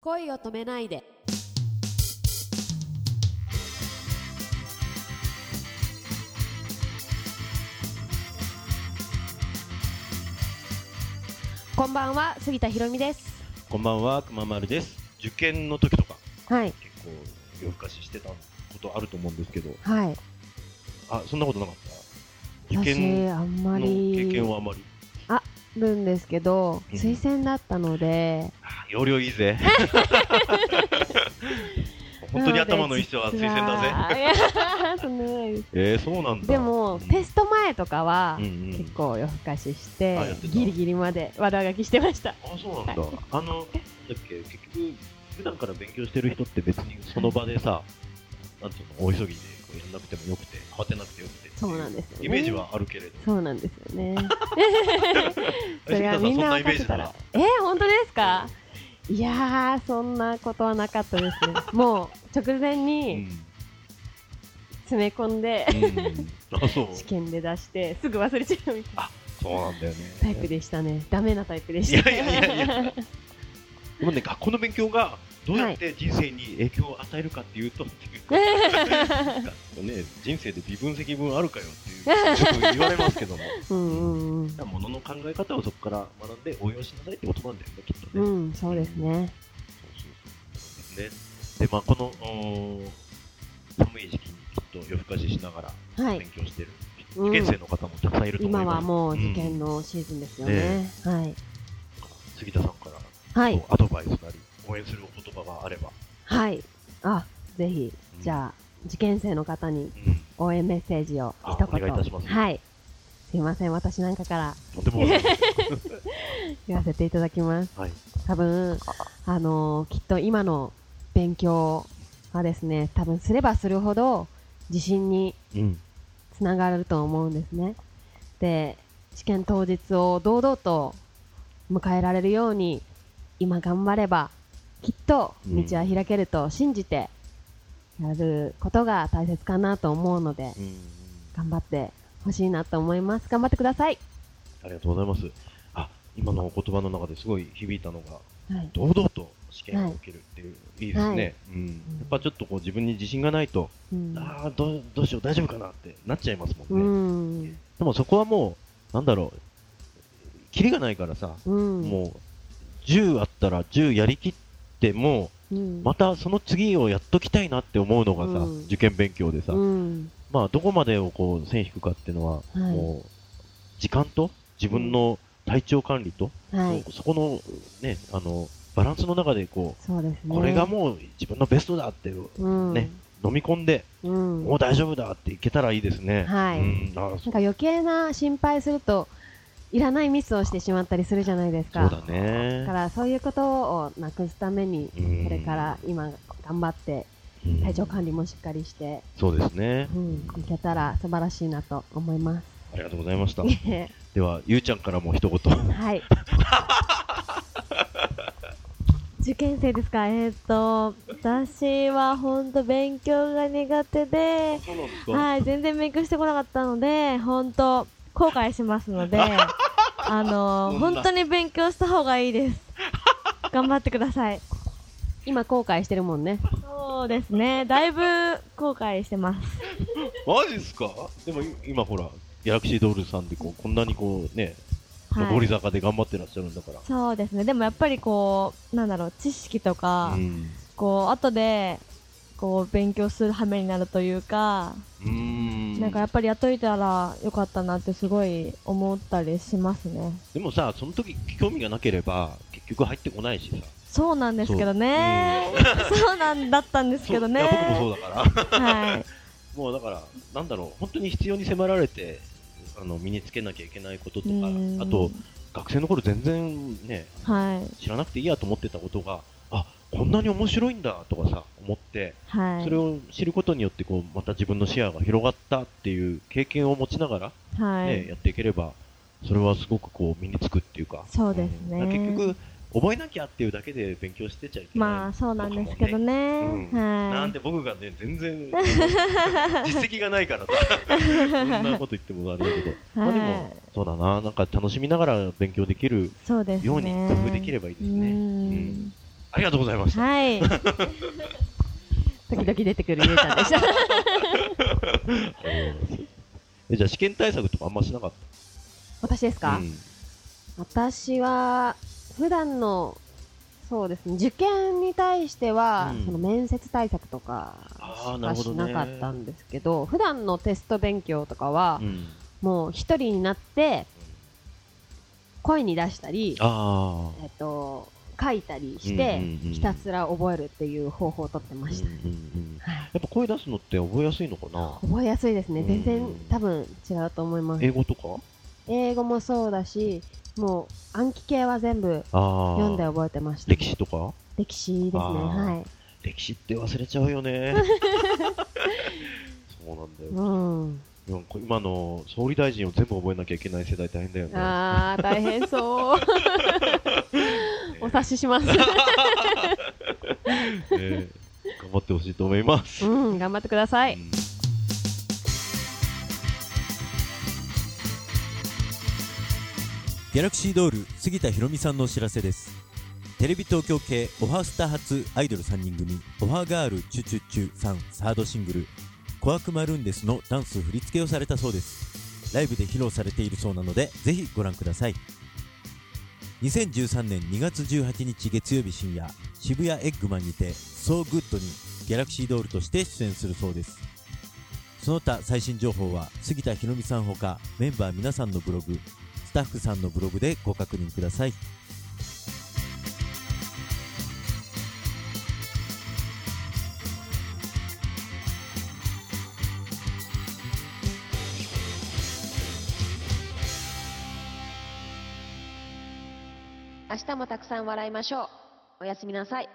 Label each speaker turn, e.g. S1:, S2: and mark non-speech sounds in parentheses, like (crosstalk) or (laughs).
S1: 恋を止めないでこんばんは杉田ひろみです
S2: こんばんは、くままるです。受験の時とか、
S1: はい
S2: 結構夜更かししてたことあると思うんですけど、
S1: はい
S2: あ、そんなことなかった。受験
S1: 私あんま
S2: の経験
S1: り
S2: はあまり。
S1: あるんですけど
S2: うん
S1: 推薦だったので
S2: あ要領いい
S1: (laughs)
S2: ぜ。本当に頭のいい人は推薦だぜ。
S1: ぜいやーそんなことないです
S2: えー、そうなん
S1: (laughs)
S2: だ。
S1: でもテスト前とかは
S2: うんうん
S1: 結構夜更かしして
S2: あやってた
S1: ギリギリまで悪あがきしてました
S2: あ、そうなんだ。あの、なんだっけ、結局、普段から勉強してる人って別にその場でさ、なんていうの、大急ぎでこうやんなくてもよくて、慌てなくてよくてってい
S1: そうなんですよね
S2: イメージはあるけれど。
S1: そうなんですよね。 (laughs) そ
S2: え
S1: れは
S2: 杉
S1: みん
S2: 田
S1: な
S2: さ
S1: 分かってたら。えー、本当ですか？いやーそんなことはなかったですね。もう直前
S2: そんなイ
S1: に
S2: メージなら。
S1: 詰め込んで、 (laughs)
S2: うん、あそう
S1: 試験で出してすぐ忘れちゃうみたいな
S2: そうなんだよね
S1: タイプでしたね。ダメなタイプで
S2: い
S1: し
S2: や
S1: た。
S2: いやいやいやでもね学校の勉強がどうやって人生に影響を与えるかっていう
S1: (laughs)
S2: と、っていうね人生で微分積分あるかよっていうよく言われますけ
S1: (laughs)
S2: ども
S1: うんうんうん。
S2: ものの考え方をそこから学んで応用しなさいってことなんだよねきっとね、
S1: う、
S2: そうん
S1: そうですね。
S2: そうそうですねでまあこのおー寒い時期にきっと夜更かししながら
S1: は
S2: 勉
S1: い。
S2: 強してる、
S1: うん
S2: 受験生の方もたくさんいると思い
S1: 今
S2: ます
S1: はもう受
S2: ん
S1: 験のシーズンですよね。はい。
S2: 杉田さんから
S1: はい。
S2: アドバイスなり応援するお言葉があれば、
S1: はい。あ、ぜひじ
S2: あ、
S1: ゃあ受験生の方に
S2: うん、
S1: 応援メッセージを
S2: あ
S1: 一言
S2: お願いいたします
S1: はいすいません私なんかから
S2: と
S1: (laughs)
S2: ても嬉しいです
S1: 言わせていただきます
S2: はい、
S1: 多分あのーきっと今の勉強はですね多分すればするほど自信に
S2: うん、
S1: つながると思うんですねで試験当日を堂々と迎えられるように今頑張ればきっと道は開けると信じてやることが大切かなと思うので
S2: うん、
S1: 頑張ってほしいなと思います。頑張ってください。
S2: ありがとうございますあ今のお言葉の中ですごい響いたのが
S1: はい。
S2: 堂々と試験を受けるっていう、い、いですね、
S1: はい
S2: うん、やっぱちょっとこう自分に自信がないと、
S1: うん。
S2: ああどうどうしよう大丈夫かなってなっちゃいますもん
S1: う
S2: ね、
S1: ん。
S2: でもそこはもうなんだろうキリがないからさ、
S1: うん。
S2: もう10あったら10やりきっても
S1: うん。
S2: またその次をやっときたいなって思うのがさ、
S1: うん
S2: 受験勉強でさ、
S1: うん。
S2: まあどこまでをこう線引くかっていうのは、
S1: はい
S2: もう時間と自分の体調管理と、
S1: はい。
S2: そこのねあのバランスの中でこ
S1: そうです
S2: う、
S1: ね。
S2: これがもう自分のベストだって、
S1: うん。
S2: ね飲み込んで、
S1: うん。
S2: もう大丈夫だっていけたらいいですね。
S1: はい
S2: うん、あー
S1: な
S2: そ
S1: んか余計な心配すると、いらないミスをしてしまったりするじゃないです
S2: そ
S1: か。
S2: うだね。
S1: だからそういうことをなくすために、
S2: うん
S1: これから今頑張って、
S2: うん
S1: 体調管理もしっかりして、
S2: そうですね、
S1: うん、いけたら素晴らしいなと思います。
S2: ありがとうございました。
S1: (laughs) は
S2: では、ゆうちゃんからも一言。
S1: い。
S3: 受験生ですかえーっ、と私は本当勉強が苦手で、
S2: そうなんですか
S3: はい、全然勉強してこなかったので本当後悔しますの
S2: (laughs)
S3: であの
S2: そんな
S3: 本当に勉強した方がいいです頑張ってください
S1: 今後悔してるもんね。
S3: そうですねだいぶ後悔してます
S2: マジっすかでもい今ほら、ギャラクシードールさんでこうこんなにこうね、
S3: はい
S2: 上り坂で頑張ってらっしゃるんだから。
S3: そうですねでもやっぱりこうなんだろう知識とか、
S2: うん。
S3: こう後でこう勉強する羽目になるというか
S2: うーん
S3: なんかやっぱりやっといたらよかったなってすごい思ったりしますね。
S2: でもさ、その時興味がなければ、結局入ってこないしさ。
S3: そうなんですけどね。 (laughs) そうなんだったんですけどね。
S2: そういや僕もそうだから。 (laughs)
S3: はい。
S2: もうだから、なんだろう、本当に必要に迫られて、あの身につけなきゃいけないこととか、
S3: うん
S2: あと、学生の頃全然ね、
S3: はい。
S2: 知らなくていいやと思ってたことが、あこんなに面白いんだとかさ、思って、
S3: はい。
S2: それを知ることによってこうまた自分の視野が広がったっていう経験を持ちながら、
S3: はい。
S2: ねやっていければそれはすごくこう身につくっていうか
S3: そうですね
S2: ん結局覚えなきゃっていうだけで勉強してちゃいけない、
S3: まあそうなんですけどね。
S2: うんな
S3: は
S2: ん
S3: い。
S2: で僕がね
S3: (laughs)
S2: 全然あの実績がないからさそんなこと言ってもあれだけど、まあで
S3: (laughs) は
S2: も
S3: い
S2: そうだななんか楽しみながら勉強できる
S3: そうですね。
S2: ように工夫できればいいですね
S3: うん
S2: うんあありがとうございました。
S3: はい。
S1: 時々出てくるゆうちゃんでした。
S2: (laughs) ありがとうございますえじゃあ試験対策とかあんましなかっ
S1: 私です
S2: た。
S1: か、
S2: うん
S1: 私は、普段の、そうですね、受験に対しては、
S2: うん
S1: その面接対策とか
S2: あ
S1: し
S2: ーなる
S1: か
S2: ほ
S1: し
S2: どね
S1: なかったんですけど、普段のテスト勉強とかは、
S2: うん
S1: もう一人になって、声に出したり、
S2: ああ。
S1: えっと、書いたりし
S2: うん
S1: て、
S2: うんうん
S1: ひたすら覚えるっていう方法をとってました。
S2: うんうんうん
S1: はい
S2: やっぱ声出すのって覚えやすいのかな
S1: 覚えやすいですね。全
S2: う
S1: 然
S2: ん
S1: 多分違うと思います。
S2: 英語とか
S1: 英語もそうだし、もう暗記系は全部
S2: ああ。
S1: 読んで覚えてましたね、
S2: 歴史とか
S1: 歴史ですね。
S2: あー
S1: はい。
S2: 歴史って忘れちゃうよ (laughs) ね。そうなんだよ。
S1: うん。
S2: でもこ今の総理大臣を全部覚えなきゃいけない世代大変だよね。
S1: ああ、大変そう。 (laughs) お察しし (laughs) ます。
S2: えー頑張ってほしいと思います。
S1: うん、頑張ってください。
S2: うん
S4: ギャラクシードール杉田博美さんのお知らせですテレビ東京系オファースター発アイドル3人組オファーガールチュチュチュさんサードシングル「コアクマルンデス」のダンス振り付けをされたそうですライブで披露されているそうなのでぜひご覧ください2013年2月18日月曜日深夜渋谷エッグマンにて「So Good」にギャラクシードールとして出演するそうですその他最新情報は杉田博美さんほかメンバー皆さんのブログスタッフさんのブログでご確認ください。
S1: 明日もたくさん笑いましょう。おやすみなさい。